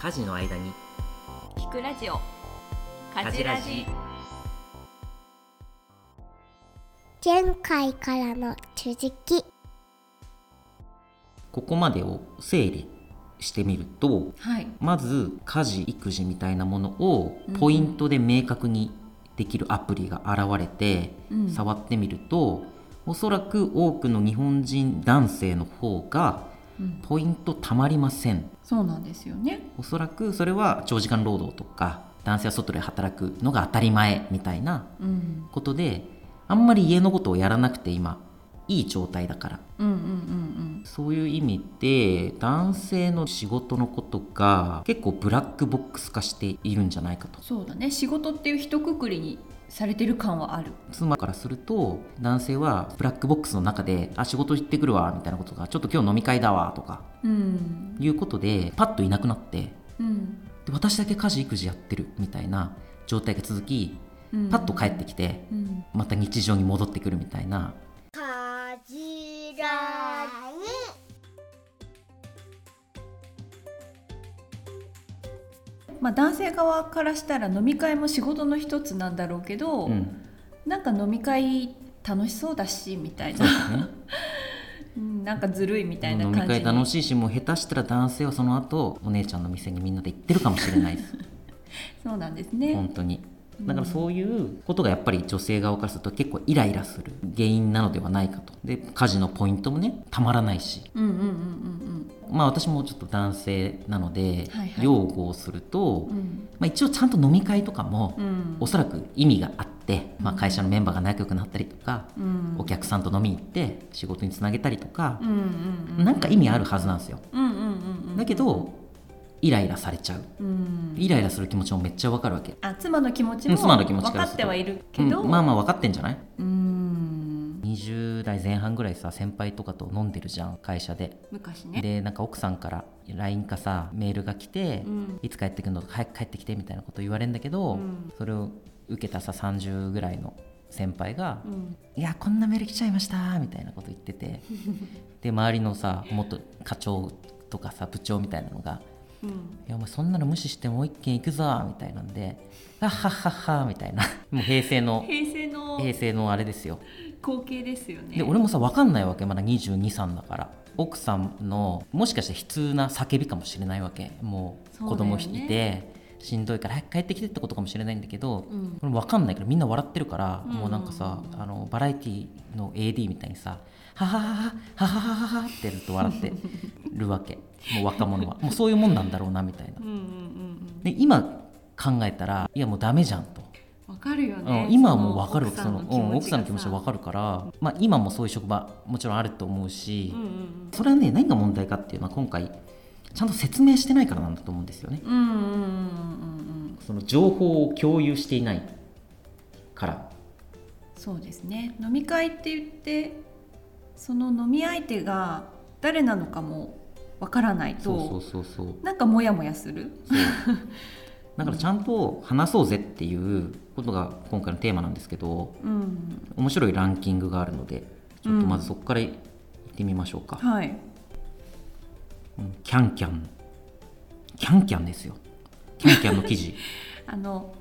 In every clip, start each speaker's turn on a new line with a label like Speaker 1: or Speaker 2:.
Speaker 1: 家事の間に
Speaker 2: 聞くラジオ家事ラジ
Speaker 3: 前回からの続き
Speaker 1: ここまでを整理してみると
Speaker 2: はい
Speaker 1: まず家事育児みたいなものをポイントで明確にできるアプリが現れて、
Speaker 2: うん
Speaker 1: 触ってみるとおそらく多くの日本人男性の方が
Speaker 2: うん
Speaker 1: ポイントたまりません
Speaker 2: そうなんですよね
Speaker 1: おそらくそれは長時間労働とか男性は外で働くのが当たり前みたいな
Speaker 2: うん
Speaker 1: ことであんまり家のことをやらなくて今いい状態だから
Speaker 2: うんうんうん
Speaker 1: そういう意味で男性の仕事のことが結構ブラックボックス化しているんじゃないかと
Speaker 2: うんそうだね仕事っていう一括りにされてる感はある
Speaker 1: 妻からすると男性はブラックボックスの中で「あ仕事行ってくるわ」みたいなことが「ちょっと今日飲み会だわ」とか
Speaker 2: うん
Speaker 1: いうことでパッといなくなって
Speaker 2: うん
Speaker 1: で私だけ家事育児やってるみたいな状態が続き
Speaker 2: うん
Speaker 1: パッと帰ってきて
Speaker 2: うん
Speaker 1: また日常に戻ってくるみたいな
Speaker 3: かじらに
Speaker 2: まあ男性側からしたら飲み会も仕事の一つなんだろうけど、
Speaker 1: うん
Speaker 2: なんか飲み会楽しそうだし みたい
Speaker 1: そう
Speaker 2: な
Speaker 1: ですね
Speaker 2: うんなんかずるいみたいな
Speaker 1: 飲
Speaker 2: 感
Speaker 1: み
Speaker 2: じに
Speaker 1: 会楽しいしもう下手したら男性はその後お姉ちゃんの店にみんなで行ってるかもしれないです
Speaker 2: そうなんですね
Speaker 1: 本当にだからそういうことがやっぱり女性側からすると結構イライラする原因なのではないかとで家事のポイントもねたまらないし
Speaker 2: うんうんうんうん
Speaker 1: まあ私もちょっと男性なので、
Speaker 2: はいはい
Speaker 1: 擁護をすると、
Speaker 2: うんうん
Speaker 1: まあ、一応ちゃんと飲み会とかも、
Speaker 2: うん
Speaker 1: おそらく意味があって、まあ、会社のメンバーが仲良くなったりとか、
Speaker 2: うん
Speaker 1: お客さんと飲みに行って仕事につなげたりとか
Speaker 2: う、んうん
Speaker 1: なんか意味あるはずなんですよ、
Speaker 2: うんうんうんうん
Speaker 1: だけどイライラされちゃう
Speaker 2: うん
Speaker 1: イライラする気持ちもめっちゃわかるわけ、
Speaker 2: あ妻の気持ち
Speaker 1: う
Speaker 2: も
Speaker 1: ん妻の気持ち
Speaker 2: 分
Speaker 1: か
Speaker 2: からっ
Speaker 1: すると
Speaker 2: てはいるけど
Speaker 1: うんまあまあ分かってんじゃない
Speaker 2: うん
Speaker 1: 20代前半ぐらいさ先輩とかと飲んでるじゃん会社で
Speaker 2: 昔ね
Speaker 1: でなんか奥さんから LINE かさメールが来て、
Speaker 2: うん
Speaker 1: いつ帰ってくるの早く帰ってきてみたいなこと言われるんだけど、
Speaker 2: うん
Speaker 1: それを受けたさ30ぐらいの先輩が
Speaker 2: うん
Speaker 1: いやこんなメール来ちゃいましたみたいなこと言って てで周りのさ元課長とかさ部長みたいなのが
Speaker 2: うん
Speaker 1: 「いやお前そんなの無視してもう一軒行くぞ」みたいなんで「あはっはっは」みたいなもう平成の
Speaker 2: 平成の
Speaker 1: 平成のあれですよ
Speaker 2: 光景ですよね
Speaker 1: で俺もさ分かんないわけまだ223だから奥さんのもしかして悲痛な叫びかもしれないわけもう
Speaker 2: そう
Speaker 1: 子
Speaker 2: だよね
Speaker 1: 供いて、しんどいから早く帰ってきてってことかもしれないんだけど、
Speaker 2: うん
Speaker 1: 俺分かんないけどみんな笑ってるから、
Speaker 2: うん
Speaker 1: もうなんかさあのバラエティの AD みたいにさ「ははははははははは」ってずっと笑ってるわけもう若者はもうそういうもんなんだろうなみたいな
Speaker 2: うんうんうん
Speaker 1: で今考えたらいやもうダメじゃんと。
Speaker 2: うんわかるよ
Speaker 1: う
Speaker 2: ね
Speaker 1: ん、今はもう分かるわけ
Speaker 2: そ
Speaker 1: その
Speaker 2: の
Speaker 1: うん奥さんの気持ち
Speaker 2: が
Speaker 1: は分かるから、まあ、今もそういう職場もちろんあると思うし、
Speaker 2: うん
Speaker 1: それはね何が問題かっていうのは今回ちゃんと説明してないからなんだと思うんですよね
Speaker 2: うんうんうんうんうんうんうん
Speaker 1: その情報を共有していないから
Speaker 2: そうですね飲み会って言ってその飲み相手が誰なのかもわからないと
Speaker 1: そうそうそうそう
Speaker 2: なんかモヤモヤする
Speaker 1: だからちゃんと話そうぜっていうことが今回のテーマなんですけど
Speaker 2: うん
Speaker 1: 面白いランキングがあるのでちょっとまずそこからいってみましょうか、
Speaker 2: はい
Speaker 1: うんキャンキャンキャンキャンですよキャンキャンの記事
Speaker 2: あの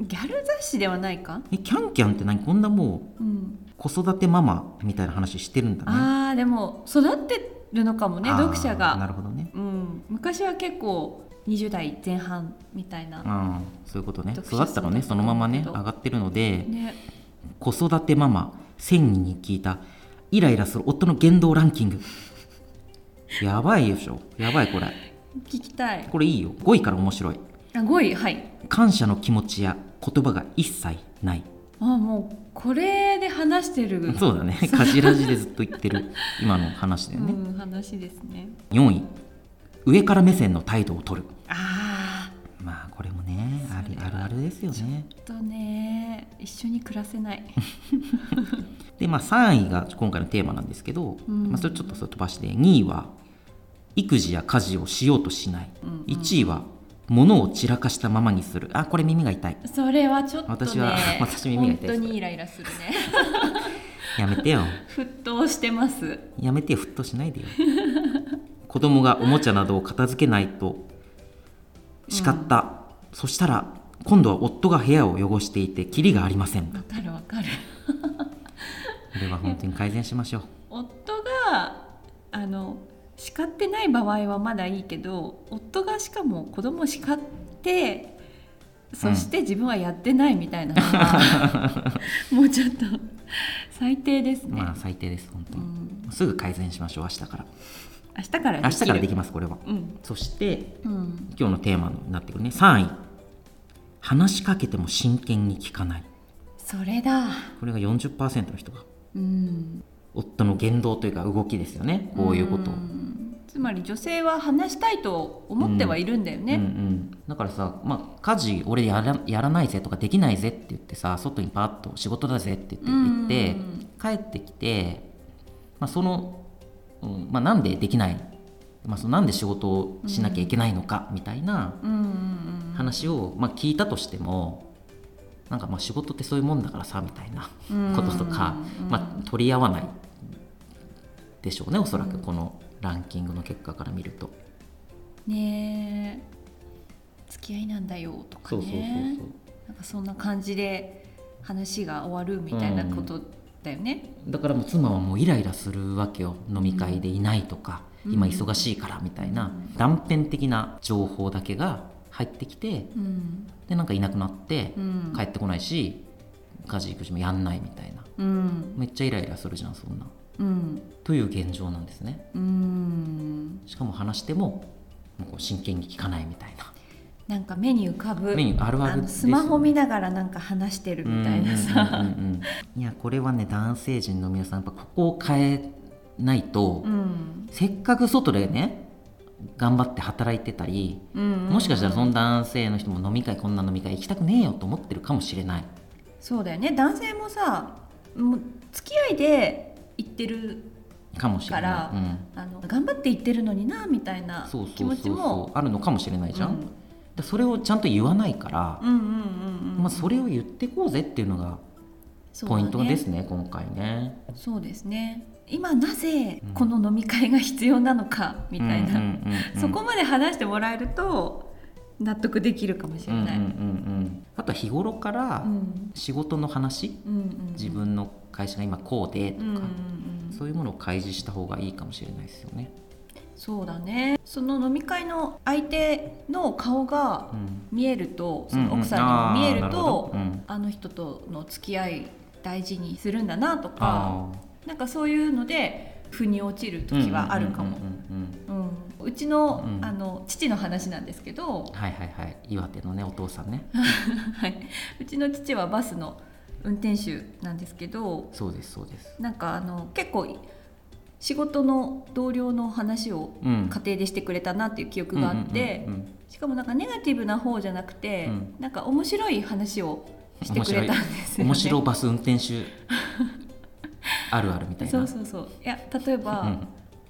Speaker 2: ギャル雑誌ではないか、
Speaker 1: えキャンキャンって何こんなもう
Speaker 2: うん、
Speaker 1: 子育てママみたいな話してるんだね。
Speaker 2: あーでも育ってるのかもね
Speaker 1: あー
Speaker 2: 読者
Speaker 1: な
Speaker 2: が、
Speaker 1: るほどね。
Speaker 2: うん、昔は結構20代前半みたいな、
Speaker 1: うん、そういうことね。
Speaker 2: 読
Speaker 1: 育
Speaker 2: 者
Speaker 1: ったのね、そ
Speaker 2: 層だ
Speaker 1: の
Speaker 2: と思
Speaker 1: ま
Speaker 2: う
Speaker 1: ま
Speaker 2: け
Speaker 1: ね、
Speaker 2: ど
Speaker 1: 上がってるので、
Speaker 2: ね、
Speaker 1: 子育てママ1000人に聞いた、イライラする夫の言動ランキング。 やばいでしょ。やばいこれ。
Speaker 2: 聞きたい
Speaker 1: これいいよ。5位から面白い。
Speaker 2: あ5位はい
Speaker 1: 感謝の気持ちや言葉が一切ない。
Speaker 2: あもうこれで話してる、
Speaker 1: そう だね。かじらじでずっと言ってる、今の話だよね。
Speaker 2: うん、話ですね
Speaker 1: 4位、上から目線の態度を取る。
Speaker 2: ああ
Speaker 1: まあこれもね、ありあるあるですよね。
Speaker 2: とね一緒に暮らせない
Speaker 1: で、まあ、3位が今回のテーマなんですけど、
Speaker 2: うん
Speaker 1: まあ、それちょっとそれ飛ばして2位は育児や家事をしようとしない、1位は物を散らかしたままにするあこれ耳が痛い
Speaker 2: それはちょっとね
Speaker 1: 私は私耳が痛いです
Speaker 2: 本当にイライラするね
Speaker 1: やめてよ
Speaker 2: 沸騰してます
Speaker 1: やめてよ沸騰しないでよ 子供がおもちゃなどを片付けないと叱った、そしたら今度は夫が部屋を汚していてキリがありませんこ
Speaker 2: わかるわかる
Speaker 1: れは本当に改善しましょう
Speaker 2: 夫があの叱ってない場合はまだいいけど夫がしかも子供を叱ってそして自分はやってないみたいなのは もうちょっと最低ですね、
Speaker 1: まあ最低です本当
Speaker 2: う
Speaker 1: に、
Speaker 2: ん
Speaker 1: すぐ改善しましょう明日から
Speaker 2: 明日からできる
Speaker 1: 明日からできますこれは
Speaker 2: うん
Speaker 1: そして
Speaker 2: うん
Speaker 1: 今日のテーマになってくるね3位話しかけても真剣に聞かない
Speaker 2: それだ
Speaker 1: これが40%の人が
Speaker 2: うん
Speaker 1: 夫の言動というか動きですよねこういうことを、
Speaker 2: んつまり女性は話したいと思ってはいるんだよね、
Speaker 1: うんうん、だからさ、まあ、家事俺やらやらないぜとかできないぜって言ってさ外にパッと仕事だぜって言って行って、帰ってきて、まあ、その、うんまあ、なんでできない、まあ、そのなんで仕事をしなきゃいけないのかみたいな
Speaker 2: うんうん
Speaker 1: 話を、まあ、聞いたとしてもなんかまあ仕事ってそういうもんだからさみたいな
Speaker 2: うん
Speaker 1: こととか、まあ、取り合わないでしょうねおそらくこのランキングの結果から見ると。
Speaker 2: ねえ付き合いなんだよとかねなんかそんな感じで話が終わるみたいなことだよね。
Speaker 1: だからもう妻はもうイライラするわけよ飲み会でいないとか、
Speaker 2: うん
Speaker 1: 今忙しいからみたいな
Speaker 2: う
Speaker 1: 断片的な情報だけが入ってきて
Speaker 2: うん
Speaker 1: でなんかいなくなって
Speaker 2: うん
Speaker 1: 帰ってこないし家事育児もやんないみたいな
Speaker 2: うん
Speaker 1: めっちゃイライラするじゃんそんな
Speaker 2: うん
Speaker 1: という現状なんですね
Speaker 2: うん
Speaker 1: しかも話してももうこう真剣に聞かないみたいな
Speaker 2: なんか目に浮かぶ
Speaker 1: メニューあるあ
Speaker 2: あ
Speaker 1: る
Speaker 2: の
Speaker 1: です
Speaker 2: スマホ見ながらなんか話してるみたい
Speaker 1: う
Speaker 2: な
Speaker 1: んうん
Speaker 2: さ。
Speaker 1: うんうんうんいやこれはね男性陣の皆さんやっぱここを変えないと、
Speaker 2: うん
Speaker 1: せっかく外でね頑張って働いてたり
Speaker 2: うん
Speaker 1: もしかしたらその男性の人も飲み会こんな飲み会行きたくねえよと思ってるかもしれない
Speaker 2: そうだよね男性もさもう付き合いで行ってる
Speaker 1: かもしれ
Speaker 2: か
Speaker 1: な
Speaker 2: ら
Speaker 1: い、うん
Speaker 2: あの頑張って行ってるのになみたいな
Speaker 1: そうそう
Speaker 2: 気
Speaker 1: そう
Speaker 2: 持ち
Speaker 1: そ
Speaker 2: も
Speaker 1: うあるのかもしれないじゃん、
Speaker 2: うん
Speaker 1: だからそれをちゃんと言わないから、
Speaker 2: うんうんうんうん
Speaker 1: まあ、それを言ってこうぜっていうのが
Speaker 2: そうだ
Speaker 1: ポ
Speaker 2: ね
Speaker 1: イントですね今回ね
Speaker 2: そうですね今なぜ
Speaker 1: うん
Speaker 2: この飲み会が必要なのかみたいな、
Speaker 1: うんうんうんうん
Speaker 2: そこまで話してもらえると納得できるかもし
Speaker 1: う
Speaker 2: れ
Speaker 1: んうんうん
Speaker 2: ない。うん
Speaker 1: うんあとは日頃から
Speaker 2: うん
Speaker 1: 仕事の話、
Speaker 2: うんうん
Speaker 1: 自分の会社が今こうでと
Speaker 2: う
Speaker 1: か、
Speaker 2: んうんうん
Speaker 1: そういうものを開示した方がいいかもしれないですよね、
Speaker 2: そうだねその飲み会の相手の顔が
Speaker 1: うん
Speaker 2: 見えるとその奥さんにも見えると、
Speaker 1: うんうんあーなるほどうん
Speaker 2: あの人との付き合い大事にするんだなとか
Speaker 1: あ
Speaker 2: なんかそういうので腑に落ちる
Speaker 1: ー
Speaker 2: 時はあるかも
Speaker 1: うん。うんうんうんうん
Speaker 2: うん、うちの,、
Speaker 1: うん
Speaker 2: あの父の話なんです けど、
Speaker 1: はいはいはい岩手のねお父さんね
Speaker 2: はいうちの父はバスの運転手なんですけど
Speaker 1: そうですそうです
Speaker 2: なんかあの結構仕事の同僚の話を
Speaker 1: うん
Speaker 2: 家庭でしてくれたなっていう記憶があって、
Speaker 1: うんうんうん
Speaker 2: しかもなんかネガティブな方じゃなくて、
Speaker 1: うん
Speaker 2: なんか面白い話をしてくれたんですよ、ね、
Speaker 1: 面白バス運転手あるあるみたいな
Speaker 2: そうそうそういや例えば、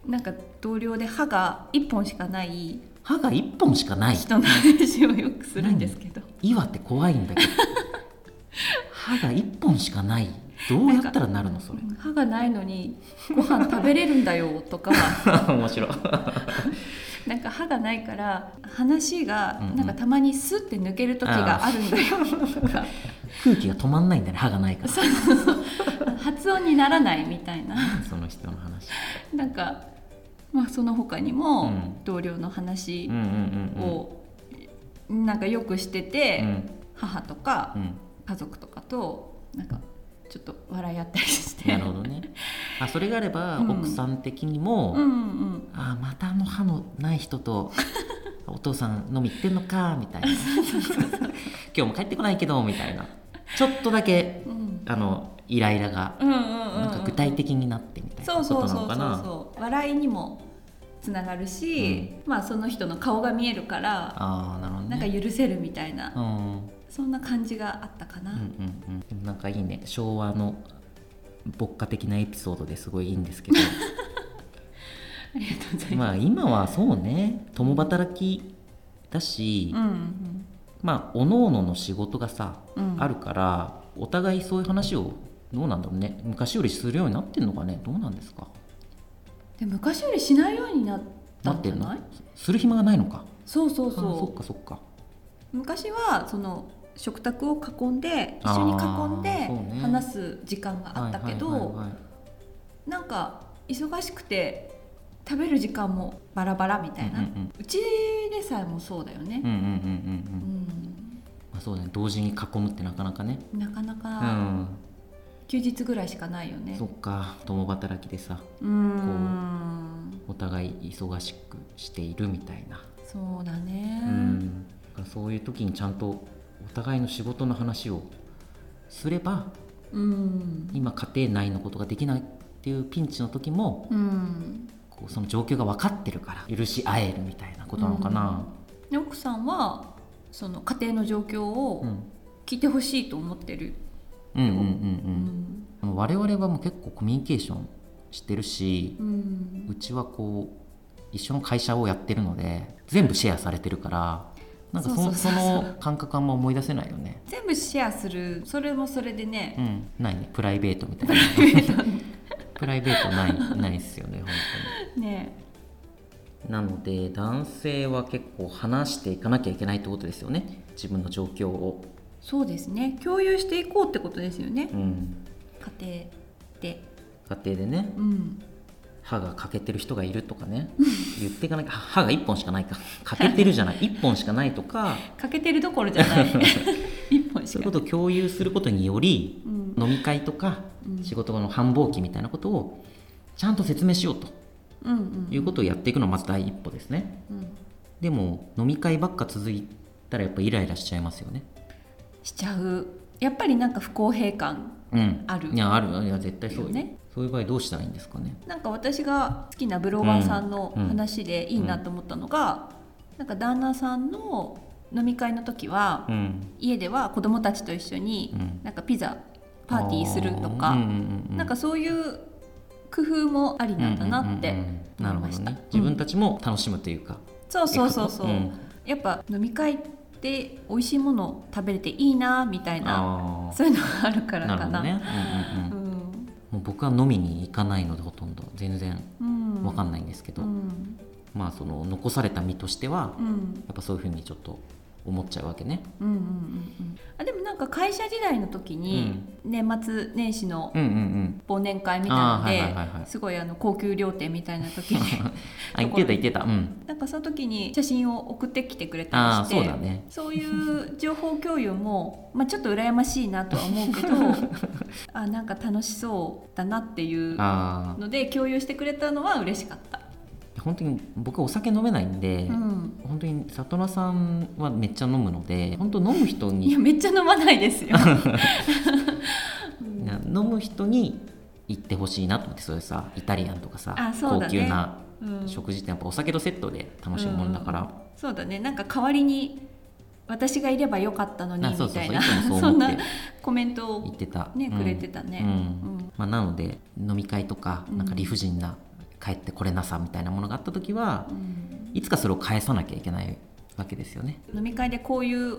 Speaker 2: なんか同僚で歯が1本しかない
Speaker 1: 歯が一本しかない
Speaker 2: 人の話をよくするんですけど、
Speaker 1: 岩手怖いんだけど歯が一本しかないどうやったらなるのそれ
Speaker 2: 歯がないの にご飯食べれるんだよとか
Speaker 1: 面白い
Speaker 2: なんか歯がないから話が
Speaker 1: うんうん
Speaker 2: なんかたまにスッて抜ける時があるんだよとか
Speaker 1: 空気が止まんないんだね歯がないから
Speaker 2: そうそうそう発音にならないみたいな
Speaker 1: その人の話
Speaker 2: なんかまあその他に
Speaker 1: う
Speaker 2: も
Speaker 1: ん
Speaker 2: 同僚の話
Speaker 1: うんうんうんうん
Speaker 2: をなんかよくしてて、
Speaker 1: うん
Speaker 2: 母とか
Speaker 1: うん
Speaker 2: 家族とかとなんかちょっと笑い合ったりして
Speaker 1: なるほどねあそれがあれば、
Speaker 2: うん
Speaker 1: 奥さん的にも、
Speaker 2: うんうん
Speaker 1: あまたあの歯のない人とお父さん飲み行ってんのかみたいな今日も帰ってこないけどみたいなちょっとだけ
Speaker 2: うんうん
Speaker 1: あのイライラが
Speaker 2: うんうんうんうん
Speaker 1: なんか具体的になってみたいな
Speaker 2: そう
Speaker 1: こと
Speaker 2: そう
Speaker 1: なのか
Speaker 2: そうそう
Speaker 1: な
Speaker 2: そう笑いにもつながるし、まあその人の顔が見えるから
Speaker 1: ああなるほど
Speaker 2: なんか
Speaker 1: ね
Speaker 2: 許せるみたいな、
Speaker 1: うんうん
Speaker 2: そんな感じがあったかな、
Speaker 1: うんうんでもなんかいいね昭和の牧歌的なエピソードですごいいいんですけど
Speaker 2: ありがとうございま
Speaker 1: まあ今はそうね共働きだし、
Speaker 2: す、うん
Speaker 1: まあ各々の仕事がさ
Speaker 2: うんうん、
Speaker 1: あるからお互いそういう話をどうなんだろうね昔よりするようになってんのかねどうなんですか
Speaker 2: で昔よりしないようになった
Speaker 1: なんって
Speaker 2: じゃ
Speaker 1: ん
Speaker 2: な
Speaker 1: の
Speaker 2: い
Speaker 1: する暇がないのか
Speaker 2: そうそうそう
Speaker 1: あそっかそっか
Speaker 2: 昔はその食卓を囲んで一緒に囲んで
Speaker 1: あーそうね
Speaker 2: 話す時間があったけ
Speaker 1: はいはい
Speaker 2: ど
Speaker 1: はいはい
Speaker 2: なんか忙しくて食べる時間もバラバラみたいな、
Speaker 1: う
Speaker 2: うん
Speaker 1: うん
Speaker 2: ちでさえもそうだよね
Speaker 1: うん、うんうんうんう
Speaker 2: うんん
Speaker 1: まあそうだね同時に囲むってなかなかね
Speaker 2: なかな
Speaker 1: う
Speaker 2: か
Speaker 1: ん
Speaker 2: 休日ぐらいしかないよね
Speaker 1: そっか共働きでさ
Speaker 2: うーん
Speaker 1: お互い忙しくしているみたいな
Speaker 2: そうだ
Speaker 1: う
Speaker 2: ね、
Speaker 1: んだからそういう時にちゃんとお互いの仕事の話をすれば
Speaker 2: うん
Speaker 1: 今家庭内のことができないっていうピンチの時も
Speaker 2: うん、
Speaker 1: こうその状況が分かってるから許し合えるみたいなことなのかな、
Speaker 2: で奥さんはその家庭の状況
Speaker 1: うん
Speaker 2: を聞いてほしいと思ってる、
Speaker 1: うん、うんうん
Speaker 2: う
Speaker 1: うん
Speaker 2: ん
Speaker 1: 我々はもう結構コミュニケーションしてるし
Speaker 2: う、ん
Speaker 1: うちはこう一緒の会社をやってるので全部シェアされてるからなんかそ
Speaker 2: そうそうそうそう
Speaker 1: その感覚あんま思い出せないよね、
Speaker 2: 全部シェアするそれもそれでね
Speaker 1: うん、ないねプライベートみたいな プライベートないないですよね本当に。
Speaker 2: ね
Speaker 1: なので男性は結構話していかなきゃいけないってことですよね自分の状況を、
Speaker 2: そうですね共有していこうってことですよね
Speaker 1: うん、
Speaker 2: 家庭で
Speaker 1: 家庭でね
Speaker 2: うん
Speaker 1: 歯が欠けてる人がいるとか ね言っていかなきゃ歯が1本しかないか欠けてるじゃない1本しかないと か
Speaker 2: 欠けてるどころじゃ ない一本
Speaker 1: そ
Speaker 2: しか
Speaker 1: ういうことを共有することにより
Speaker 2: うん
Speaker 1: 飲み会とか
Speaker 2: うん
Speaker 1: 仕事の繁忙期みたいなことをちゃんと説明しようと
Speaker 2: うんうん
Speaker 1: いうことをやっていくのがまず第一歩ですね
Speaker 2: うん
Speaker 1: でも飲み会ばっか続いたらやっぱイライラしちゃいますよね
Speaker 2: しちゃうやっぱりなんか不公平感
Speaker 1: うん、
Speaker 2: ある
Speaker 1: いやあるいや絶対そうよ
Speaker 2: よね
Speaker 1: そういう場合どうしたらいいんですかね
Speaker 2: なんか私が好きなブロガーさんの
Speaker 1: うん
Speaker 2: 話でいいなと思ったのが、なんか旦那さんの飲み会の時は、
Speaker 1: うん
Speaker 2: 家では子供たちと一緒に
Speaker 1: うん
Speaker 2: なんかピザパーティーすると
Speaker 1: あーうん
Speaker 2: か、
Speaker 1: うんうん
Speaker 2: なんかそういう工夫もありなんだなって、
Speaker 1: うんうんうんうんなるほど
Speaker 2: 思いま
Speaker 1: ね
Speaker 2: した
Speaker 1: 自分たちも楽しむというか、
Speaker 2: そうそうそうそう、
Speaker 1: ん
Speaker 2: やっぱ飲み会って美味しいもの食べれていいなみたいな
Speaker 1: あ
Speaker 2: そういうのがあるか
Speaker 1: あ
Speaker 2: ら
Speaker 1: な
Speaker 2: か
Speaker 1: る
Speaker 2: な
Speaker 1: ほどね、うんうん
Speaker 2: う
Speaker 1: うん
Speaker 2: ん
Speaker 1: もう僕は飲みに行かないのでほとんど全然
Speaker 2: うん、
Speaker 1: わかん
Speaker 2: ない
Speaker 1: ないんですけ
Speaker 2: う
Speaker 1: ど、
Speaker 2: ん
Speaker 1: まあその残された身としては
Speaker 2: うんうん
Speaker 1: やっぱそういうふうにちょっと思っちゃうわけね
Speaker 2: うんうんうんあでもなんか会社時代の時に年末年始の
Speaker 1: うんうんうん
Speaker 2: 忘年会みたいなので、
Speaker 1: あーはいはいはいはい
Speaker 2: すごいあの高級料亭みたいな 時に
Speaker 1: あ言ってた言ってたうん
Speaker 2: なんかその時に写真を送ってきてくれた
Speaker 1: ああ
Speaker 2: りして
Speaker 1: そうだね
Speaker 2: そういう情報共有も、まあ、ちょっと羨ましいなとは思う けどあなんか楽しそうだなっていう
Speaker 1: あ
Speaker 2: ので共有してくれたのは嬉しかった。
Speaker 1: あ本当に僕はお酒飲めないんで、
Speaker 2: うん
Speaker 1: 本当に里奈さんはめっちゃ飲むので本当飲む人
Speaker 2: い
Speaker 1: に
Speaker 2: やめっちゃ飲まないです よ。うん
Speaker 1: な飲む人に行ってほしいなと思ってそういうさイタリアンとかさ、
Speaker 2: あそうだね
Speaker 1: 高級な
Speaker 2: うん
Speaker 1: 食事ってやっぱお酒とセットで楽しむものだから、
Speaker 2: そうだねなんか代わりに私がいればよかったのに
Speaker 1: なそうそう
Speaker 2: みた
Speaker 1: そ
Speaker 2: いう
Speaker 1: い
Speaker 2: な
Speaker 1: つも
Speaker 2: そ
Speaker 1: そう思
Speaker 2: ん
Speaker 1: っ
Speaker 2: な
Speaker 1: て
Speaker 2: コメント
Speaker 1: 言っ
Speaker 2: を
Speaker 1: てた、
Speaker 2: ね
Speaker 1: うん
Speaker 2: くれてたね
Speaker 1: うん
Speaker 2: うん
Speaker 1: まあ、なので飲み会とか
Speaker 2: うん
Speaker 1: なんか理不尽な帰ってこれなさみたいなものがあった時は
Speaker 2: う、ん
Speaker 1: いつかそれを返さなきゃいけないわけですよね、
Speaker 2: 飲み会でこういう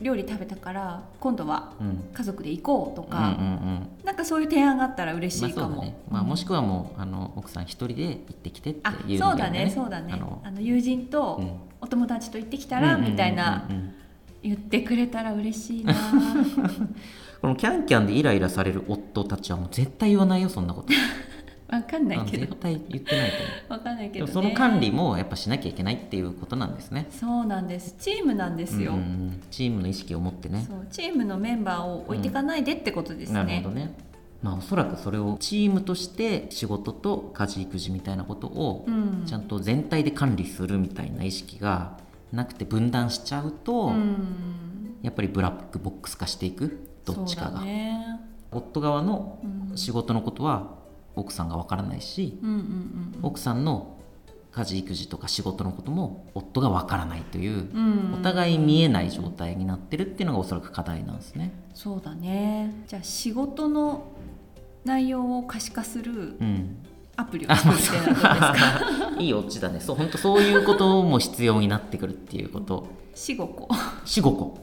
Speaker 2: 料理食べたから今度は
Speaker 1: うん、
Speaker 2: 家族で行こうと
Speaker 1: うんうんう
Speaker 2: か、
Speaker 1: ん
Speaker 2: なんかそういう提案があったら嬉し
Speaker 1: まあ
Speaker 2: い
Speaker 1: そう
Speaker 2: か
Speaker 1: だ
Speaker 2: も、
Speaker 1: ね、まあ、もしくはもうあの奥さん一人で行ってきてっていう
Speaker 2: あそ
Speaker 1: の
Speaker 2: う
Speaker 1: でも
Speaker 2: だ
Speaker 1: ね
Speaker 2: ねそうだねあ
Speaker 1: あ
Speaker 2: の
Speaker 1: の
Speaker 2: 友人と
Speaker 1: うん
Speaker 2: お友達と行ってきたら、みたいな
Speaker 1: うんうんうんうん
Speaker 2: 言ってくれたら嬉し いな
Speaker 1: このキャンキャンでイライラされる夫たちはもう絶対言わないよそんなこと
Speaker 2: わかんないけ
Speaker 1: 絶
Speaker 2: ど
Speaker 1: 対言ってないと思う
Speaker 2: わかんない
Speaker 1: で
Speaker 2: けど、
Speaker 1: も
Speaker 2: ね、
Speaker 1: その管理もやっぱしなきゃいけないっていうことなんですね
Speaker 2: そうなんですチームなんですよ、
Speaker 1: うんうんうんチームの意識を持ってね
Speaker 2: そうチームのメンバーを置いていかないでってことですね。
Speaker 1: なるほどねまあおそらくそれをチームとして仕事と家事育児みたいなことを
Speaker 2: うん、
Speaker 1: ちゃんと全体で管理するみたいな意識がなくて分断しちゃうと、
Speaker 2: うん
Speaker 1: やっぱりブラックボックス化していくどっちか
Speaker 2: そうだ
Speaker 1: が、
Speaker 2: ね
Speaker 1: 夫側の
Speaker 2: うん
Speaker 1: 仕事のことは奥さんがわからないし、
Speaker 2: うんうんうん
Speaker 1: 奥さんの家事育児とか仕事のことも夫がわからないという、
Speaker 2: うん
Speaker 1: お互い見えない状態になってるっていうのがおそらく課題なんですね。
Speaker 2: そうだねじゃあ仕事の内容を可視化する
Speaker 1: うん、
Speaker 2: アプリを作ってなどうです か
Speaker 1: いいオチだね。そう本当そういうことも必要になってくるっていうこと。
Speaker 2: 死後こ
Speaker 1: 四五個。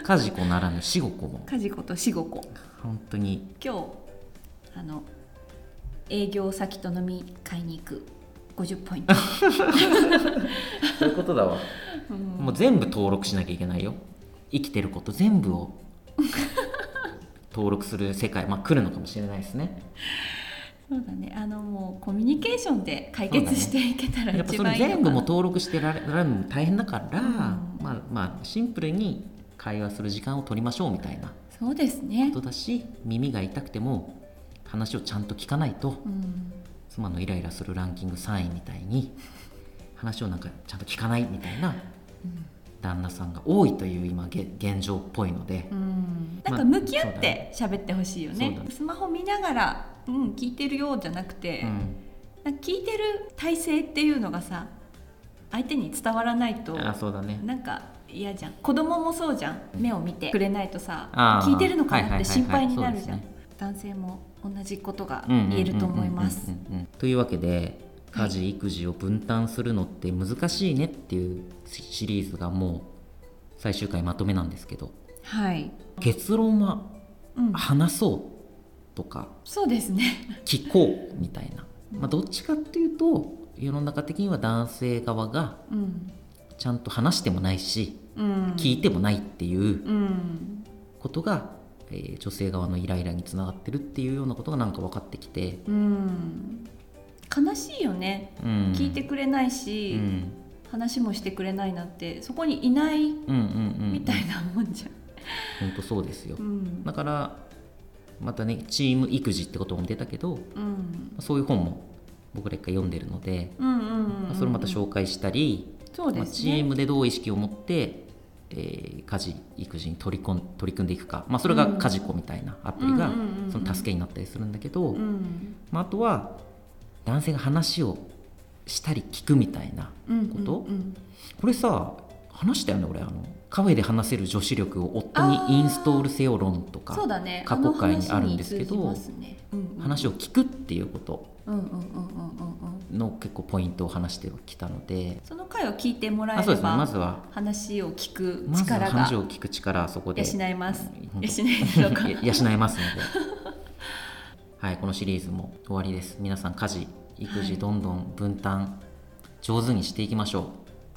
Speaker 1: 家事子ならぬ死後子も
Speaker 2: 家事子と死後子
Speaker 1: 本当に
Speaker 2: 今日あの営業先と飲み買いに行く50ポイン ト、
Speaker 1: そういうことだわもう全部登録しなきゃいけないよ生きてること全部を登録する世界まあ来るのかもしれないですね
Speaker 2: そうだねあのもうコミュニケーションで解決していけたら
Speaker 1: やっぱ
Speaker 2: 一
Speaker 1: その
Speaker 2: 番いいのかな
Speaker 1: 全部も登録してられられるのも大変だから、
Speaker 2: うん
Speaker 1: まあまあシンプルに会話する時間を取りましょうみたいな
Speaker 2: そうですね
Speaker 1: ことだし耳が痛くても話をちゃんと聞かないと
Speaker 2: うん
Speaker 1: 妻のイライラするランキング3位みたいに話をなんかちゃんと聞かないみたいな旦那さんが多いという今げ現状っぽいので
Speaker 2: う、んなん
Speaker 1: ま
Speaker 2: か
Speaker 1: あ
Speaker 2: 向き合って喋ってほしいよね,、
Speaker 1: そうだね
Speaker 2: スマホ見ながら「うん聞いてるよ」じゃなくて、
Speaker 1: うん
Speaker 2: なんか聞いてる体制っていうのがさ相手に伝わらないと
Speaker 1: あそうだね
Speaker 2: なんか嫌じゃん子供もそうじゃん目を見てくれないとさ
Speaker 1: あー
Speaker 2: 聞いてるのか
Speaker 1: はい
Speaker 2: な
Speaker 1: は
Speaker 2: っ
Speaker 1: いはいは
Speaker 2: て
Speaker 1: い
Speaker 2: 心配になるじ
Speaker 1: そ
Speaker 2: ゃん、
Speaker 1: うで
Speaker 2: 男性も同じことが
Speaker 1: うんうんうんうん
Speaker 2: 言えると思います
Speaker 1: うんうんうんというわけで家事育児を分担するのって難しいねっていうシシリーズがもう最終回まとめなんですけど
Speaker 2: はい、
Speaker 1: 結論は
Speaker 2: うん、
Speaker 1: 話そうとか
Speaker 2: そうですね
Speaker 1: 聞こうみたいな、まあ、どっちかっていうと世の中的には男性側が
Speaker 2: うん、
Speaker 1: ちゃんと話してもないし
Speaker 2: うん、
Speaker 1: 聞いてもないっていう
Speaker 2: うん
Speaker 1: ことが、えー女性側のイライラにつながってるっていうようなことがなんか分かってきて、
Speaker 2: うん悲しいよね
Speaker 1: うん、
Speaker 2: 聞いてくれないし、
Speaker 1: うん
Speaker 2: 話もしてくれないなんてそこにいない
Speaker 1: うんうんうん
Speaker 2: みたいなもんじゃ
Speaker 1: 本当そうですよ
Speaker 2: ん、うん
Speaker 1: だからまたねチーム育児ってことも出たけど
Speaker 2: うん
Speaker 1: そういう本も僕ら一回読んでるので、
Speaker 2: うんうん
Speaker 1: ま
Speaker 2: う
Speaker 1: あ
Speaker 2: ん
Speaker 1: それまた紹介したり、
Speaker 2: そう
Speaker 1: ま
Speaker 2: で
Speaker 1: あ、
Speaker 2: す
Speaker 1: チ
Speaker 2: ね、
Speaker 1: ームでどう意識を持って、えー家事育児に取りこん取り組んでいくか、まあ、それが
Speaker 2: うん
Speaker 1: 家事子みたいなアプリが
Speaker 2: うんうんうんうん
Speaker 1: その助けになったりするんだけど、
Speaker 2: うん
Speaker 1: まあ、あとは男性が話をしたり聞くみたいな
Speaker 2: うんうん
Speaker 1: こと、
Speaker 2: うん
Speaker 1: これさ話したよね俺あのカフェで話せる女子力を夫にインストールせよ論とか
Speaker 2: そうだね
Speaker 1: 過去回にあるんですけど
Speaker 2: あの話に通じますねうんうん
Speaker 1: 話を聞くっていうこと
Speaker 2: うんうんうんうんうんうん
Speaker 1: の結構ポイントを話してきたので
Speaker 2: その回を聞いてもら
Speaker 1: あ
Speaker 2: え
Speaker 1: そう
Speaker 2: れ
Speaker 1: ですねま
Speaker 2: ば
Speaker 1: ずは
Speaker 2: 話を聞く
Speaker 1: まずは
Speaker 2: 力が
Speaker 1: 話を聞く力そこで
Speaker 2: 養えます
Speaker 1: うん
Speaker 2: 養えるのか
Speaker 1: や養えますので はいこのシリーズも終わりです皆さん家事育
Speaker 2: は
Speaker 1: 児
Speaker 2: い
Speaker 1: どんどん分担上手にしていきましょ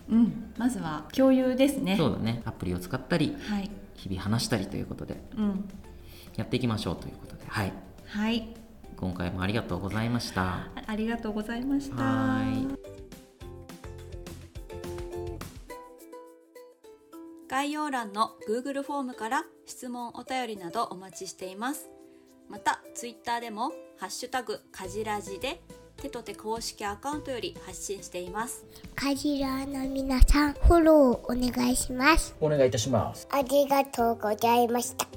Speaker 2: うんまずは共有です
Speaker 1: う
Speaker 2: ね
Speaker 1: そうだねアプリを使ったり
Speaker 2: はい
Speaker 1: 日々話したりということで
Speaker 2: うん
Speaker 1: やっていきましょうということではい
Speaker 2: はい
Speaker 1: 今回もありがとうございました。
Speaker 2: あありがとうございました
Speaker 1: はーい
Speaker 4: 概要欄の Google フォームから質問お便りなどお待ちしていますまた Twitter でも「ハッシュタグかじらじ」で手と手公式アカウントより発信しています
Speaker 3: カジラーの皆さん、フォローお願いします。
Speaker 1: お願いいたします。
Speaker 3: ありがとうございました。